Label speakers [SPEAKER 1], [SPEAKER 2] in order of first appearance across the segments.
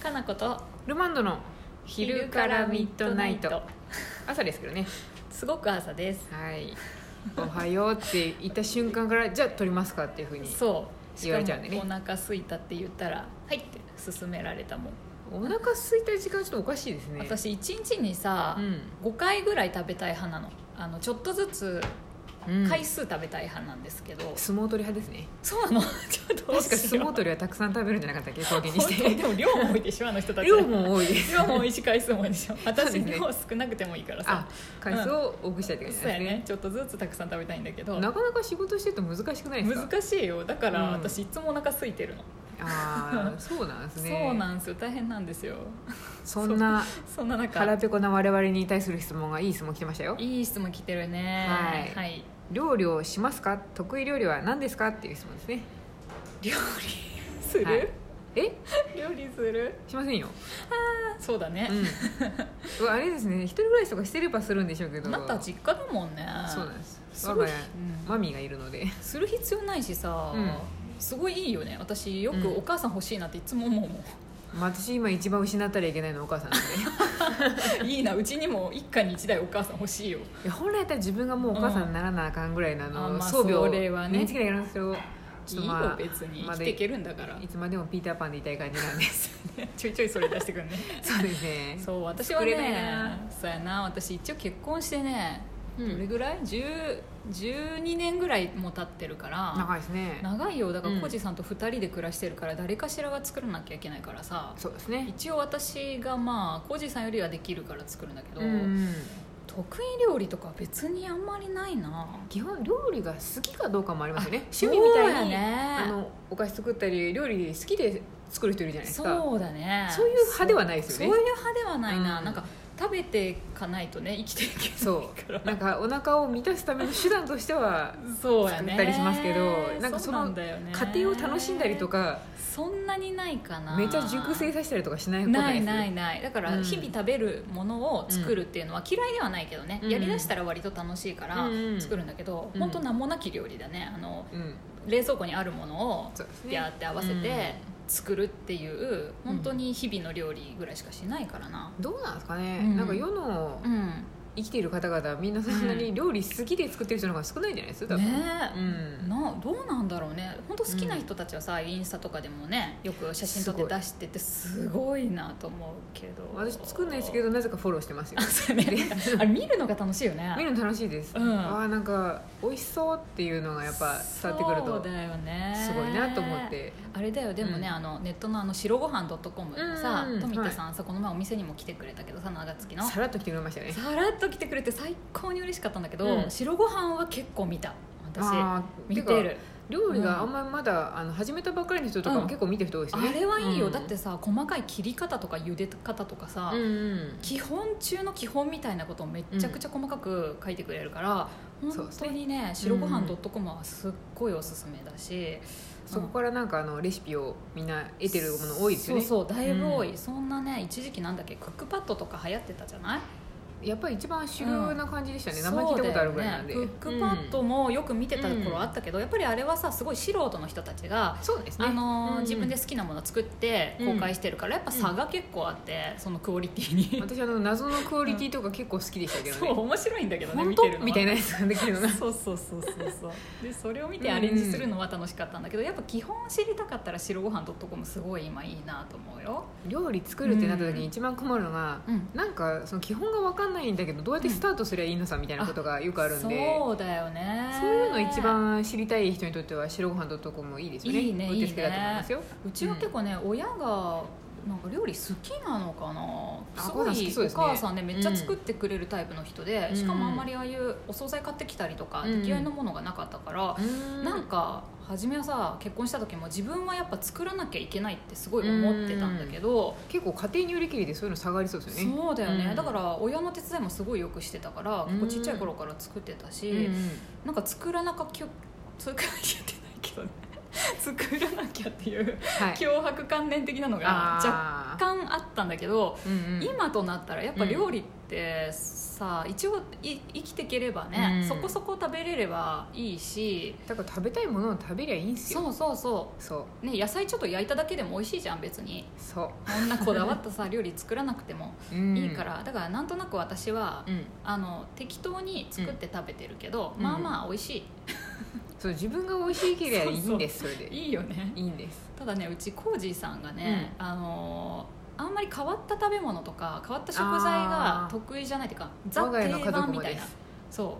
[SPEAKER 1] かなこと
[SPEAKER 2] ルマンドの昼からミッドナイト朝ですけどね
[SPEAKER 1] すごく朝です
[SPEAKER 2] はいおはようって言った瞬間からじゃあ撮りますかっていうふうに
[SPEAKER 1] そう
[SPEAKER 2] 言われちゃうんでね
[SPEAKER 1] しかもお腹すいたって言ったら「はい」って勧められたもん、
[SPEAKER 2] お腹空いた時間ちょっとおかしいですね
[SPEAKER 1] 私一日にさ、
[SPEAKER 2] う
[SPEAKER 1] 5回ぐらい食べたい派なのあのちょっとずつ
[SPEAKER 2] ん、うん、
[SPEAKER 1] 回数食べたい派なんですけど、
[SPEAKER 2] 相撲取り派ですね
[SPEAKER 1] そうなの ちょっとどう
[SPEAKER 2] 確か
[SPEAKER 1] し
[SPEAKER 2] 相
[SPEAKER 1] よ
[SPEAKER 2] 撲
[SPEAKER 1] う
[SPEAKER 2] 取りはたくさん食べるんじゃなかったっけ 表現にし
[SPEAKER 1] 本当
[SPEAKER 2] て
[SPEAKER 1] でも量も多いでしょあの人たち
[SPEAKER 2] 量も多いです
[SPEAKER 1] 量も多いし回数も多いでし ょ
[SPEAKER 2] うで
[SPEAKER 1] 私
[SPEAKER 2] すね
[SPEAKER 1] 量少なくてもいいからさ
[SPEAKER 2] あ回数を多くしたいって感じ
[SPEAKER 1] そう
[SPEAKER 2] な
[SPEAKER 1] や
[SPEAKER 2] んです
[SPEAKER 1] ね
[SPEAKER 2] ね,、
[SPEAKER 1] ちょっとずつたくさん食べたいんだけど
[SPEAKER 2] なかなか仕事してると難しくないですか
[SPEAKER 1] 難しいよだから
[SPEAKER 2] うん
[SPEAKER 1] 私いつもお腹空いてるの、
[SPEAKER 2] ああそうなんですね
[SPEAKER 1] そうなんですよ大変なんですよ
[SPEAKER 2] そんな
[SPEAKER 1] そんな
[SPEAKER 2] 腹
[SPEAKER 1] 中
[SPEAKER 2] ペコな我々に対する質問がいい質問来てましたよ
[SPEAKER 1] いい質問来てるね
[SPEAKER 2] は
[SPEAKER 1] は
[SPEAKER 2] い
[SPEAKER 1] い、
[SPEAKER 2] 料理をしますか得意料理は何ですかっていう質問ですね
[SPEAKER 1] 料理する、
[SPEAKER 2] はいえ
[SPEAKER 1] 料理する
[SPEAKER 2] しませんよ、
[SPEAKER 1] そうだね
[SPEAKER 2] う、んうわ、あれですね一人暮らしとかしてればするんでしょうけ
[SPEAKER 1] あ
[SPEAKER 2] ど
[SPEAKER 1] なた実家だもんね
[SPEAKER 2] そうなんです
[SPEAKER 1] す
[SPEAKER 2] 我
[SPEAKER 1] ご
[SPEAKER 2] が
[SPEAKER 1] い
[SPEAKER 2] 家
[SPEAKER 1] うん
[SPEAKER 2] マミーがいるのです
[SPEAKER 1] る必要ないしさ、
[SPEAKER 2] うん
[SPEAKER 1] すごいいいよね私よく
[SPEAKER 2] うん
[SPEAKER 1] お母さん欲しいなっていつも思うもん、
[SPEAKER 2] まあ私今一番失ったらいけないのはお母さんなん で
[SPEAKER 1] いいなうちにも一家に一台お母さん欲しいよ
[SPEAKER 2] いや本来だったら自分がもうお母さんにならなあかんぐらいのあの、
[SPEAKER 1] あまあ
[SPEAKER 2] 装備を
[SPEAKER 1] それはね
[SPEAKER 2] 身につけなきゃいけないんですけどち
[SPEAKER 1] い
[SPEAKER 2] ょっ
[SPEAKER 1] い
[SPEAKER 2] と
[SPEAKER 1] よ
[SPEAKER 2] まあ
[SPEAKER 1] 別に
[SPEAKER 2] ま
[SPEAKER 1] 生
[SPEAKER 2] あ
[SPEAKER 1] き
[SPEAKER 2] で
[SPEAKER 1] ていけるんだから
[SPEAKER 2] いつまでもピーターパンでいたい感じな んです
[SPEAKER 1] ちょいちょいそれ出してくんね
[SPEAKER 2] そうです ね
[SPEAKER 1] そう私はね
[SPEAKER 2] 作れないな
[SPEAKER 1] そうやな私一応結婚してね、
[SPEAKER 2] うん
[SPEAKER 1] どれぐらい10 12年ぐらいも経ってるから
[SPEAKER 2] 長いですね
[SPEAKER 1] 長いよだか
[SPEAKER 2] う
[SPEAKER 1] ら
[SPEAKER 2] ん
[SPEAKER 1] コージさんと2人で暮らしてるから誰かしらが作らなきゃいけないからさ
[SPEAKER 2] そうですね
[SPEAKER 1] 一応私がまあコージさんよりはできるから作るんだけど、
[SPEAKER 2] うん
[SPEAKER 1] 得意料理とか別にあんまりないな
[SPEAKER 2] 基本料理が好きかどうかもありますよね
[SPEAKER 1] あ
[SPEAKER 2] 趣味みたい
[SPEAKER 1] そう
[SPEAKER 2] に、
[SPEAKER 1] やね
[SPEAKER 2] あのお菓子作ったり料理好きで作る人いるじゃないですか
[SPEAKER 1] そうだね
[SPEAKER 2] そういう派ではないですよね
[SPEAKER 1] そうそういう派ではないな、
[SPEAKER 2] うん
[SPEAKER 1] なんか食べていかないとね生きていけない
[SPEAKER 2] そう
[SPEAKER 1] から
[SPEAKER 2] なんかお腹を満たすための手段としては
[SPEAKER 1] そうや
[SPEAKER 2] 作
[SPEAKER 1] ね
[SPEAKER 2] ったりしますけどなんかそ
[SPEAKER 1] そう
[SPEAKER 2] の
[SPEAKER 1] んだよね
[SPEAKER 2] 家庭を楽しんだりとか
[SPEAKER 1] そんなにないかな
[SPEAKER 2] めちゃ熟成させたりとかしないこと
[SPEAKER 1] な
[SPEAKER 2] ない
[SPEAKER 1] い
[SPEAKER 2] です
[SPEAKER 1] ないないだから
[SPEAKER 2] うん
[SPEAKER 1] 日々食べるものを作るっていうのは嫌いではないけどね、
[SPEAKER 2] うん
[SPEAKER 1] やりだしたら割と楽しいから
[SPEAKER 2] うん
[SPEAKER 1] 作るんだけど、
[SPEAKER 2] うん
[SPEAKER 1] 本当名もなき料理だねあの
[SPEAKER 2] うん
[SPEAKER 1] 冷蔵庫にあるものを
[SPEAKER 2] そうですね
[SPEAKER 1] やって合わせて作るっていう、本当に日々の料理ぐらいしかしないからな
[SPEAKER 2] どうなんですかね、
[SPEAKER 1] うん
[SPEAKER 2] なんか世の
[SPEAKER 1] うん
[SPEAKER 2] 生きている方々みんなそんなに料理好きで作ってる人の方が少ないんじゃないですか、多分
[SPEAKER 1] ねえ、
[SPEAKER 2] うん
[SPEAKER 1] などうなんだろうね本当好きな人たちはさ、インスタとかでもねよく写真撮って出しててすごいなと思うけど
[SPEAKER 2] 私作んないですけどなぜかフォローしてますよ
[SPEAKER 1] あそうね あれ見るのが楽しいよね
[SPEAKER 2] 見るの楽しいです、
[SPEAKER 1] うん
[SPEAKER 2] ああなんか美味しそうっていうのがやっぱ伝わってくる
[SPEAKER 1] そう
[SPEAKER 2] と
[SPEAKER 1] だよね
[SPEAKER 2] すごいなと思って
[SPEAKER 1] あれだよでもね、
[SPEAKER 2] うん
[SPEAKER 1] あのネットのあの白ご飯 .com のさ、
[SPEAKER 2] うん
[SPEAKER 1] 富田さんさ、この前お店にも来てくれたけどさ長月の
[SPEAKER 2] さらっと来てくれましたね
[SPEAKER 1] さらっと来てくれて最高に嬉しかったんだけど、
[SPEAKER 2] うん
[SPEAKER 1] 白ご飯は結構見た私
[SPEAKER 2] あ
[SPEAKER 1] 見
[SPEAKER 2] ー
[SPEAKER 1] てる
[SPEAKER 2] か料理があんまりまだあの始めたばっかりの人とか
[SPEAKER 1] うん
[SPEAKER 2] も結構見てる人多いです
[SPEAKER 1] あ
[SPEAKER 2] ね、
[SPEAKER 1] れはいいよ、
[SPEAKER 2] うん
[SPEAKER 1] だってさ細かい切り方とか茹で方とかさ、
[SPEAKER 2] うんうん
[SPEAKER 1] 基本中の基本みたいなことをめっちゃくちゃ細かく書いてくれるから、
[SPEAKER 2] そう
[SPEAKER 1] 本
[SPEAKER 2] です
[SPEAKER 1] 当
[SPEAKER 2] ね
[SPEAKER 1] にね白ご飯 .com はすっごいおすすめだし、
[SPEAKER 2] そこからなんかあのレシピをみんな得てるもの多いですよね
[SPEAKER 1] そうそうだいぶ多い、
[SPEAKER 2] うん
[SPEAKER 1] そんなね一時期なんだっけクックパッドとか流行ってたじゃない、
[SPEAKER 2] やっぱり一番主流な感じでしたね、名前聞
[SPEAKER 1] そ
[SPEAKER 2] い
[SPEAKER 1] うだ
[SPEAKER 2] たこ
[SPEAKER 1] よ
[SPEAKER 2] とあるぐらいなん
[SPEAKER 1] ね
[SPEAKER 2] で、
[SPEAKER 1] クックパッドもよく見てた頃あったけど、やっぱりあれはさすごい素人の人たちが
[SPEAKER 2] うんそうですね
[SPEAKER 1] あのー
[SPEAKER 2] うん
[SPEAKER 1] 自分で好きなものを作って公開してるから、やっぱ差が結構あって、そのクオリティに
[SPEAKER 2] 私あの謎のクオリティとか結構好きでしたけど
[SPEAKER 1] そ
[SPEAKER 2] ね、
[SPEAKER 1] う面白いんだけどね
[SPEAKER 2] 本
[SPEAKER 1] 見
[SPEAKER 2] 当
[SPEAKER 1] てるのは
[SPEAKER 2] みたいなやつができ るのが
[SPEAKER 1] そうそうそうそうそうでそれを見てアレンジするのは楽しかったんだけど、やっぱ基本知りたかったら白ご飯 .com すごい今いいなと思うよ、
[SPEAKER 2] 料理作るってなった時に一番困るのが、
[SPEAKER 1] うん、
[SPEAKER 2] なんかその基本が分かんないんだけどどうやってスタートすりゃいいのさみたいなことがよくあるんで、
[SPEAKER 1] そうだよね
[SPEAKER 2] そういうの一番知りたい人にとっては白ご飯 .com もいいですよね
[SPEAKER 1] いいね
[SPEAKER 2] うってつけだと思いますよ
[SPEAKER 1] うちは結構ね、親がなんか料理好きなのか
[SPEAKER 2] あ
[SPEAKER 1] なすご
[SPEAKER 2] お母さん好
[SPEAKER 1] い
[SPEAKER 2] きそうです
[SPEAKER 1] お
[SPEAKER 2] ね
[SPEAKER 1] 母さんねめっちゃ作ってくれるタイプの人で、
[SPEAKER 2] うん
[SPEAKER 1] しかもあんまりああいうお惣菜買ってきたりとか、
[SPEAKER 2] うん
[SPEAKER 1] 出来合いのものがなかったから、
[SPEAKER 2] うん
[SPEAKER 1] なんか初めはさ結婚した時も自分はやっぱ作らなきゃいけないってすごい思ってたんだけど、
[SPEAKER 2] 結構家庭によりきりでそういうの差がありそうですよね
[SPEAKER 1] そうだよね、
[SPEAKER 2] うん
[SPEAKER 1] だから親の手伝いもすごいよくしてたから
[SPEAKER 2] う
[SPEAKER 1] 結
[SPEAKER 2] ん
[SPEAKER 1] 構ちっちゃい頃から作ってたし、
[SPEAKER 2] うんうん
[SPEAKER 1] なんか作らなかきょ作らなきゃいけないけどね 作らなきゃっていう
[SPEAKER 2] はい
[SPEAKER 1] 脅迫観念的なのが若
[SPEAKER 2] あー
[SPEAKER 1] 干あったんだけど
[SPEAKER 2] うんうん
[SPEAKER 1] 今となったらやっぱ料理ってさ、一応い生きていければね、
[SPEAKER 2] うん
[SPEAKER 1] そこそこ食べれればいいし
[SPEAKER 2] だから食べたいものを食べりゃいいんすよ
[SPEAKER 1] そうそうそ
[SPEAKER 2] そう
[SPEAKER 1] う、ね、野菜ちょっと焼いただけでも美味しいじゃん別に
[SPEAKER 2] そ
[SPEAKER 1] こんなこだわったさ料理作らなくても
[SPEAKER 2] う、うん
[SPEAKER 1] いいから、だからなんとなく私は、
[SPEAKER 2] うん
[SPEAKER 1] あの適当に作って食べてるけど、
[SPEAKER 2] うん
[SPEAKER 1] まあまあ美味し
[SPEAKER 2] そう自分が美味しいけりゃいいんですそれ
[SPEAKER 1] い、
[SPEAKER 2] で
[SPEAKER 1] いいよね
[SPEAKER 2] いいんです
[SPEAKER 1] ただねうちコージーさんがね、あのーあんまり変わった食べ物とか変わった食材が
[SPEAKER 2] あー
[SPEAKER 1] 得意じゃないっていうかザ
[SPEAKER 2] 我が家の
[SPEAKER 1] 定
[SPEAKER 2] 家族
[SPEAKER 1] 番み
[SPEAKER 2] も
[SPEAKER 1] たい
[SPEAKER 2] で
[SPEAKER 1] な
[SPEAKER 2] す、
[SPEAKER 1] そ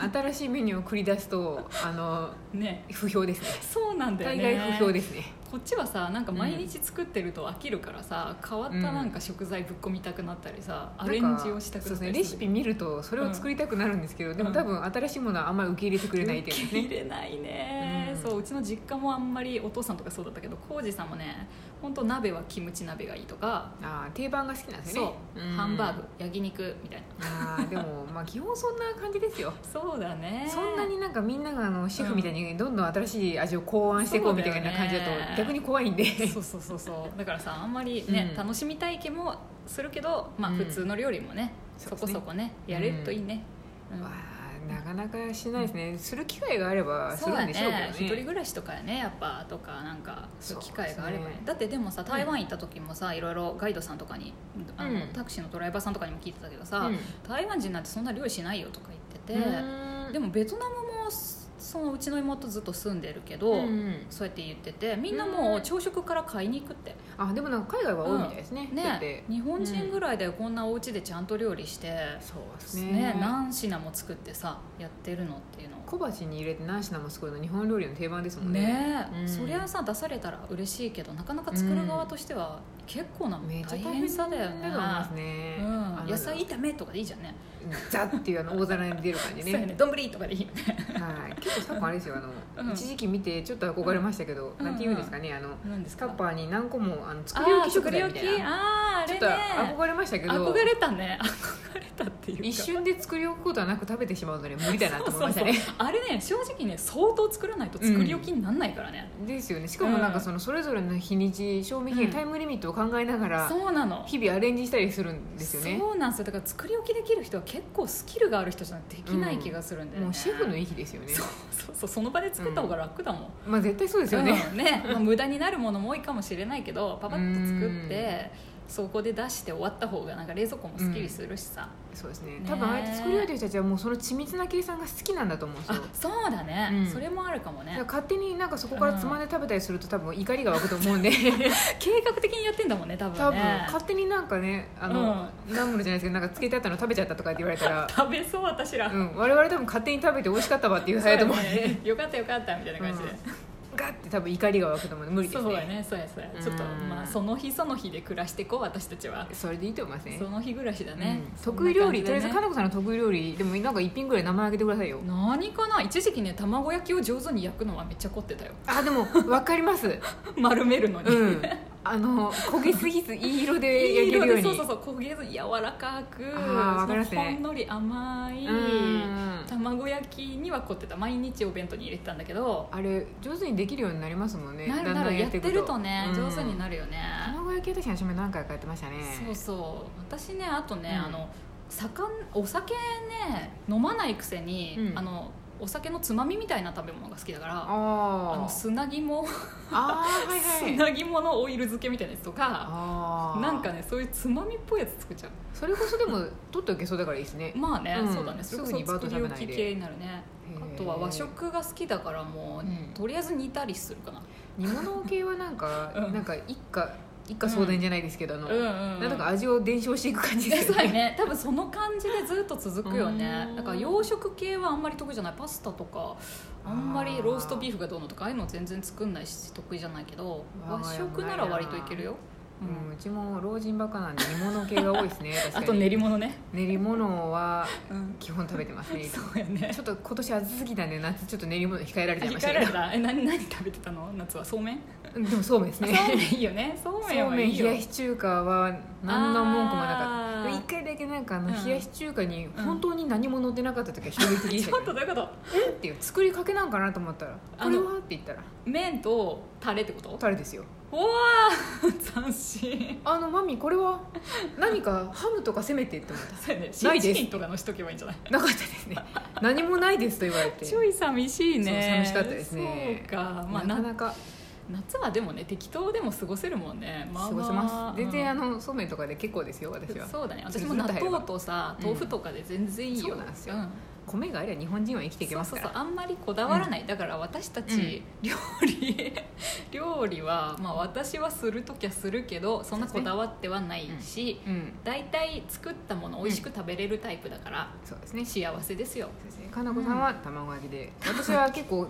[SPEAKER 2] うん、新しいメニューを繰り出すとあの
[SPEAKER 1] うね
[SPEAKER 2] 不評ですね
[SPEAKER 1] そうなんだよ
[SPEAKER 2] 大
[SPEAKER 1] ね
[SPEAKER 2] 概不評ですね
[SPEAKER 1] こっちはさなんか毎日作ってると飽きるからさ変わったなんか食材ぶっ込みたくなったりさ、アレンジをしたく
[SPEAKER 2] そう
[SPEAKER 1] なった
[SPEAKER 2] ですね
[SPEAKER 1] り
[SPEAKER 2] レシピ見るとそれを作りたくなるんですけど、でも多分新しいものはあんまり受け入れてくれないってい
[SPEAKER 1] 受
[SPEAKER 2] うね
[SPEAKER 1] け入れないね、
[SPEAKER 2] うん
[SPEAKER 1] そううちの実家もあんまりお父さんとかそうだったけど浩二さんもね本当鍋はキムチ鍋がいいとか、
[SPEAKER 2] あー定番が好きなんです
[SPEAKER 1] そ
[SPEAKER 2] よ
[SPEAKER 1] う、
[SPEAKER 2] ね
[SPEAKER 1] ハンバーグ焼肉みたいな
[SPEAKER 2] あーでもまあ基本そんな感じですよ
[SPEAKER 1] そうだ ね
[SPEAKER 2] そ んなになんかみんながあのシェフみたいにどんどん新しい味を考案していこうみたいな感じだと
[SPEAKER 1] そうだよね
[SPEAKER 2] 逆に怖いんで
[SPEAKER 1] そうそうそうそうだからさあんまりね、
[SPEAKER 2] うん
[SPEAKER 1] 楽しみたい気もするけどまあ
[SPEAKER 2] うん
[SPEAKER 1] 普通の料理もね、
[SPEAKER 2] そう
[SPEAKER 1] そこ
[SPEAKER 2] ですね
[SPEAKER 1] そこねやれるといいね、うん
[SPEAKER 2] わあなかなかしないですね、する機会があればす
[SPEAKER 1] そう
[SPEAKER 2] る
[SPEAKER 1] だ
[SPEAKER 2] ん
[SPEAKER 1] ね
[SPEAKER 2] でしょうけどね
[SPEAKER 1] 一人暮らしとかやねやっぱとかなんかそういう機会があればいい
[SPEAKER 2] そうですね
[SPEAKER 1] だってでもさ台湾行った時もさいろいろガイドさんとかにあの、
[SPEAKER 2] うん
[SPEAKER 1] タクシーのドライバーさんとかにも聞いてたけどさ、
[SPEAKER 2] うん
[SPEAKER 1] 台湾人なんてそんな料理しないよとか言
[SPEAKER 2] う
[SPEAKER 1] ってて、
[SPEAKER 2] ーん
[SPEAKER 1] でもベトナムもそのうちの妹ずっと住んでるけど、
[SPEAKER 2] うん
[SPEAKER 1] そうやって言っててみんなもう朝食から買いに行くって
[SPEAKER 2] あでもなんか海外は多いみたいですね、だっ
[SPEAKER 1] ね
[SPEAKER 2] て
[SPEAKER 1] 日本人ぐらいでこんなお家でちゃんと料理して、
[SPEAKER 2] そうですね
[SPEAKER 1] ね何品も作ってさやってるのっていうの
[SPEAKER 2] 小鉢に入れて何品も作るの日本料理の定番ですもんね
[SPEAKER 1] ねえ、
[SPEAKER 2] うん
[SPEAKER 1] そりゃさ出されたら嬉しいけどなかなか作る側としては結構な
[SPEAKER 2] めっちゃ
[SPEAKER 1] 大
[SPEAKER 2] 大
[SPEAKER 1] 変
[SPEAKER 2] 変
[SPEAKER 1] さ
[SPEAKER 2] さ
[SPEAKER 1] だよ
[SPEAKER 2] だよ
[SPEAKER 1] ね
[SPEAKER 2] ねだと思いますね、あ
[SPEAKER 1] うん、
[SPEAKER 2] の
[SPEAKER 1] 野菜炒めとかでいいじゃんね
[SPEAKER 2] ザッっていうあの大皿に出る感 じ
[SPEAKER 1] そうや
[SPEAKER 2] ね
[SPEAKER 1] ね丼とかでいいよね
[SPEAKER 2] はい、結構昨今あれですよあ
[SPEAKER 1] うん
[SPEAKER 2] の、一時期見てちょっと憧れましたけど、
[SPEAKER 1] うん
[SPEAKER 2] なんて言うんですかねあの
[SPEAKER 1] 何です
[SPEAKER 2] タ
[SPEAKER 1] か
[SPEAKER 2] ッパーに何個もあの
[SPEAKER 1] あ
[SPEAKER 2] 作り置
[SPEAKER 1] ー
[SPEAKER 2] き食
[SPEAKER 1] 作り
[SPEAKER 2] 材
[SPEAKER 1] 置き
[SPEAKER 2] みたいな
[SPEAKER 1] あーあ
[SPEAKER 2] ちょ
[SPEAKER 1] れ
[SPEAKER 2] っと
[SPEAKER 1] ね
[SPEAKER 2] 憧れましたけど
[SPEAKER 1] 憧れたね 憧れたっていうか
[SPEAKER 2] 一瞬で作り置くことはなく食べてしまうので無理だなと思いましたね
[SPEAKER 1] そうそうそうあれね正直ね相当作らないと作り置きになんないからね、
[SPEAKER 2] ですよねしかもなん
[SPEAKER 1] うん
[SPEAKER 2] かそのそれぞれの日にち賞味期限、
[SPEAKER 1] うん
[SPEAKER 2] タイムリミットを考えながら
[SPEAKER 1] そうなの
[SPEAKER 2] 日々アレンジしたりするんですよね
[SPEAKER 1] そうなんですよだから作り置きできる人は結構スキルがある人じゃなくてできない気がするんだよね、
[SPEAKER 2] もうシェフの域ですよね
[SPEAKER 1] そうそうそうその場で作った方が楽だもん、
[SPEAKER 2] まあ絶対そうですよね、
[SPEAKER 1] うんねまあ、無駄になるものも多いかもしれないけどパパッと作ってそこで出して終わった方がなんか冷蔵庫もすっきりするしさ、
[SPEAKER 2] そうですね
[SPEAKER 1] ね
[SPEAKER 2] 多分ああやって作り上げてる人たちはもうその緻密な計算が好きなんだと思うんですよ
[SPEAKER 1] あそうだね、
[SPEAKER 2] うん
[SPEAKER 1] それもあるかも
[SPEAKER 2] だから
[SPEAKER 1] ね
[SPEAKER 2] 勝手になんかそこからつまんで食べたりすると多分怒りが湧くと 思うんで
[SPEAKER 1] 計画的にやってんだもんね多分
[SPEAKER 2] 多分
[SPEAKER 1] ね、
[SPEAKER 2] 勝手になんかねあの、ナムルじゃないですけどなんかつけてあったの食べちゃったとかって言われたら
[SPEAKER 1] 食べそう私ら、
[SPEAKER 2] うん、我々多分勝手に食べて美味しかったわって言う
[SPEAKER 1] そう
[SPEAKER 2] され
[SPEAKER 1] や
[SPEAKER 2] ると思うんで、
[SPEAKER 1] ね、 よかったよかったみたいな感じで、
[SPEAKER 2] うんガッて多分怒りが湧くと思うんで無理です
[SPEAKER 1] そうや
[SPEAKER 2] ね
[SPEAKER 1] ねそうやそうやちょっと
[SPEAKER 2] うん
[SPEAKER 1] まあその日その日で暮らしていこう私たちは
[SPEAKER 2] それでいいと思いますね
[SPEAKER 1] その日暮らしだね、
[SPEAKER 2] うん
[SPEAKER 1] そんな
[SPEAKER 2] 得意料理、とり
[SPEAKER 1] 感
[SPEAKER 2] あえ
[SPEAKER 1] じ
[SPEAKER 2] ず
[SPEAKER 1] でね
[SPEAKER 2] かなこさんの得意料理でもなんか一品ぐらい名前挙げてくださいよ
[SPEAKER 1] 何かな一時期ね卵焼きを上手に焼くのはめっちゃ凝ってたよ
[SPEAKER 2] あでも分かります
[SPEAKER 1] 丸めるのに、
[SPEAKER 2] うんあの焦げすぎずいい色で
[SPEAKER 1] いい
[SPEAKER 2] 焼け
[SPEAKER 1] 色
[SPEAKER 2] るよう
[SPEAKER 1] で
[SPEAKER 2] に
[SPEAKER 1] そうそうそう焦げず柔らかく
[SPEAKER 2] あーわかりま
[SPEAKER 1] そ
[SPEAKER 2] すね
[SPEAKER 1] のほんのり甘い
[SPEAKER 2] うん
[SPEAKER 1] 卵焼きには凝ってた毎日お弁当に入れてたんだけど
[SPEAKER 2] あれ上手にできるようになりますもんね
[SPEAKER 1] なる
[SPEAKER 2] だん
[SPEAKER 1] な
[SPEAKER 2] だ
[SPEAKER 1] る
[SPEAKER 2] ん
[SPEAKER 1] や
[SPEAKER 2] や
[SPEAKER 1] っ
[SPEAKER 2] ってていく
[SPEAKER 1] るとね、上手に
[SPEAKER 2] る
[SPEAKER 1] なるよね
[SPEAKER 2] 卵焼き私初め何回かやってましたね
[SPEAKER 1] そうそう私ねあとね、
[SPEAKER 2] うん
[SPEAKER 1] あの魚お酒ね飲まないくせに、
[SPEAKER 2] うん
[SPEAKER 1] あのお酒のつまみみたいな食べ物が好きだからあ
[SPEAKER 2] あ
[SPEAKER 1] の
[SPEAKER 2] ー
[SPEAKER 1] 砂肝、
[SPEAKER 2] あーはいはい
[SPEAKER 1] 砂肝のオイル漬けみたいなやつとか
[SPEAKER 2] あー
[SPEAKER 1] なんかねそういうつまみっぽいやつ作っちゃう
[SPEAKER 2] それこそでも取っておけそうだからいいですね
[SPEAKER 1] まあね、
[SPEAKER 2] うん
[SPEAKER 1] そうだねそれこ
[SPEAKER 2] すぐに
[SPEAKER 1] そ
[SPEAKER 2] バーッと
[SPEAKER 1] 作り置
[SPEAKER 2] 食べな
[SPEAKER 1] き
[SPEAKER 2] いで
[SPEAKER 1] 系になるね
[SPEAKER 2] へー
[SPEAKER 1] あとは和食が好きだからもう、
[SPEAKER 2] うん
[SPEAKER 1] とりあえず煮たりするかな
[SPEAKER 2] 煮物系はなんか、
[SPEAKER 1] うん
[SPEAKER 2] なんか一家一家相伝じゃないですけど、あの
[SPEAKER 1] うんうん
[SPEAKER 2] なんとか味を伝承していく感じで
[SPEAKER 1] え
[SPEAKER 2] す
[SPEAKER 1] そう
[SPEAKER 2] よ
[SPEAKER 1] や
[SPEAKER 2] ね
[SPEAKER 1] ね多分その感じでずっと続くよね
[SPEAKER 2] うん
[SPEAKER 1] だから洋食系はあんまり得意じゃないパスタとかあんまりローストビーフがどうのとかああいうの全然作んないし得意じゃないけど
[SPEAKER 2] あー
[SPEAKER 1] 和食なら割といけるよ、う
[SPEAKER 2] うんん、うちも老人ばっかなんで煮物系が多いですね確か
[SPEAKER 1] あ
[SPEAKER 2] に
[SPEAKER 1] と練り物ね、
[SPEAKER 2] 練り物は基本食べてますねいつ
[SPEAKER 1] そ
[SPEAKER 2] も
[SPEAKER 1] うやね
[SPEAKER 2] ちょっと今年暑すぎたんで夏ちょっと練り物控えられちゃいまし
[SPEAKER 1] 控えら
[SPEAKER 2] たけ
[SPEAKER 1] れ
[SPEAKER 2] ど
[SPEAKER 1] たえ何何食べてたの夏はそう めん
[SPEAKER 2] うんでもそうめんです
[SPEAKER 1] そうめ
[SPEAKER 2] ね
[SPEAKER 1] んいいよねそうめん
[SPEAKER 2] そう
[SPEAKER 1] は
[SPEAKER 2] め
[SPEAKER 1] い
[SPEAKER 2] ん
[SPEAKER 1] い
[SPEAKER 2] 冷
[SPEAKER 1] よ
[SPEAKER 2] やし中華は何の文句もなか
[SPEAKER 1] ああー
[SPEAKER 2] 一回だけなんかあ
[SPEAKER 1] う
[SPEAKER 2] の
[SPEAKER 1] ん
[SPEAKER 2] 冷やし中華に本当に何も乗ってなかった時は衝撃でし
[SPEAKER 1] ち
[SPEAKER 2] た
[SPEAKER 1] ょっ
[SPEAKER 2] けど
[SPEAKER 1] とどういうこと
[SPEAKER 2] えっていう作りかけなんかなと思ったら「
[SPEAKER 1] あの
[SPEAKER 2] これは?」って言ったら
[SPEAKER 1] 麺とタレってこ
[SPEAKER 2] 「
[SPEAKER 1] と
[SPEAKER 2] タレですよ」
[SPEAKER 1] おわー 斬新
[SPEAKER 2] 「あのマミこ れは何かハムとかせめて」って思っ
[SPEAKER 1] そうやね
[SPEAKER 2] な
[SPEAKER 1] シ
[SPEAKER 2] い
[SPEAKER 1] ー
[SPEAKER 2] です
[SPEAKER 1] チキンとかのしとけばいいんじゃない
[SPEAKER 2] たなかったです ね何もないですと言われて
[SPEAKER 1] ちょい寂しいね
[SPEAKER 2] そう寂しかったですね
[SPEAKER 1] そうか、まあ、
[SPEAKER 2] な
[SPEAKER 1] な
[SPEAKER 2] かなか
[SPEAKER 1] 夏はでもね適当でも過ごせるもんね、まあ
[SPEAKER 2] 過
[SPEAKER 1] ま
[SPEAKER 2] ご
[SPEAKER 1] あ
[SPEAKER 2] せます全然あ
[SPEAKER 1] うん
[SPEAKER 2] のそうめんとかで結構ですよ私は
[SPEAKER 1] そうだね
[SPEAKER 2] ず
[SPEAKER 1] 私
[SPEAKER 2] っ
[SPEAKER 1] も
[SPEAKER 2] と
[SPEAKER 1] 納豆とさ
[SPEAKER 2] 入
[SPEAKER 1] 豆
[SPEAKER 2] れば
[SPEAKER 1] 腐とかで全然いいよ、
[SPEAKER 2] そうなんですよ米があれば日本人は生きていけますから
[SPEAKER 1] そうそうそうあんまりこだわらない、だから私たち料理、 料理は、まあ、私はする時はするけどそんなこだわってはないし、
[SPEAKER 2] うん
[SPEAKER 1] 大体作ったもの美味しく食べれるタイプだから、
[SPEAKER 2] そうですね
[SPEAKER 1] 幸せですよ
[SPEAKER 2] そうですねかなこさんは卵焼きで、私は結構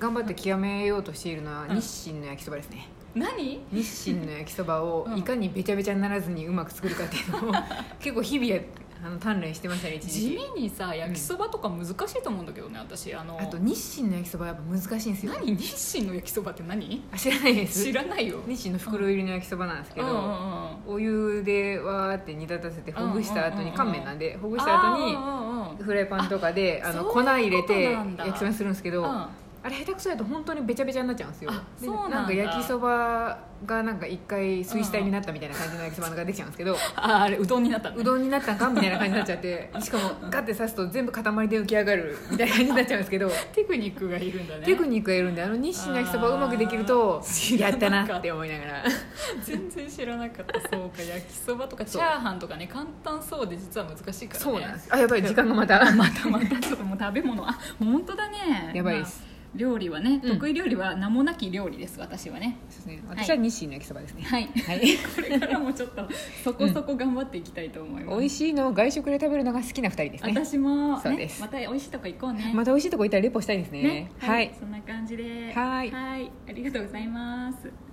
[SPEAKER 2] 頑張って極めようとしているのは
[SPEAKER 1] うん
[SPEAKER 2] 日清の焼きそばですね、
[SPEAKER 1] 何
[SPEAKER 2] 日清の焼きそばを
[SPEAKER 1] うん
[SPEAKER 2] いかにべちゃべちゃにならずにうまく作るかっていうの を結構日々あの鍛錬してましたね一時
[SPEAKER 1] 地
[SPEAKER 2] 期
[SPEAKER 1] 味にさ焼きそばとか難しいと思うんだけどね私あの
[SPEAKER 2] あと日清の焼きそばはやっぱ難しいんですよ
[SPEAKER 1] 何日清の焼きそばって何
[SPEAKER 2] あ知らないです
[SPEAKER 1] 知
[SPEAKER 2] 日
[SPEAKER 1] らないよ
[SPEAKER 2] 清の袋入りの焼きそばなんですけど、
[SPEAKER 1] うんうんうん
[SPEAKER 2] お湯でわーって煮立たせてほぐした後
[SPEAKER 1] うんうんうんう
[SPEAKER 2] に
[SPEAKER 1] ん
[SPEAKER 2] 乾麺なんでほぐした後に
[SPEAKER 1] あーうんうんうん
[SPEAKER 2] フライパンとかで
[SPEAKER 1] あ
[SPEAKER 2] あ
[SPEAKER 1] そう
[SPEAKER 2] の
[SPEAKER 1] いうこと
[SPEAKER 2] 粉入れて
[SPEAKER 1] なんだ
[SPEAKER 2] 焼きそばにするんですけど、
[SPEAKER 1] うん
[SPEAKER 2] あれ下手くそやと本当にべちゃべちゃになっちゃうんですよ
[SPEAKER 1] あ
[SPEAKER 2] で
[SPEAKER 1] そうなんだ
[SPEAKER 2] か焼きそばがなんか一回水死体になったみたいな感じの焼きそばができちゃうんですけ ど、
[SPEAKER 1] ああれうどんになった
[SPEAKER 2] う
[SPEAKER 1] ね
[SPEAKER 2] どんになったんかみたいな感じになっちゃってしかもガッて刺すと全部塊で浮き上がるみたいな感じになっちゃうんですけど
[SPEAKER 1] テクニックがいるんだね
[SPEAKER 2] テクニックがいるんであの日清の焼きそばをうまくできると
[SPEAKER 1] あー
[SPEAKER 2] やったなって思いながら
[SPEAKER 1] 全然知らなかったそうか焼きそばとかチ
[SPEAKER 2] そう
[SPEAKER 1] ャーハンとかね簡単そうで実は難しいからね
[SPEAKER 2] そうなんですあやばい時間がまた
[SPEAKER 1] またまたちょっともう食べ物あ本当だね
[SPEAKER 2] やばいです
[SPEAKER 1] まあ料理はね
[SPEAKER 2] うん
[SPEAKER 1] 得意料理は名もなき料理です私はね
[SPEAKER 2] そうですね私は日清の焼きそばですね、
[SPEAKER 1] はい
[SPEAKER 2] はい、
[SPEAKER 1] これからもちょっとそこそこ頑張っていきたいと思います
[SPEAKER 2] 美味しいのを外食で食べるのが好きな2人ですね
[SPEAKER 1] 私も
[SPEAKER 2] そう
[SPEAKER 1] ね
[SPEAKER 2] です
[SPEAKER 1] また美味しいとこ行こうね
[SPEAKER 2] また美味しいとこ行ったらレポしたいですね
[SPEAKER 1] ね
[SPEAKER 2] はい
[SPEAKER 1] そんな感じで
[SPEAKER 2] は
[SPEAKER 1] はいはいありがとうございます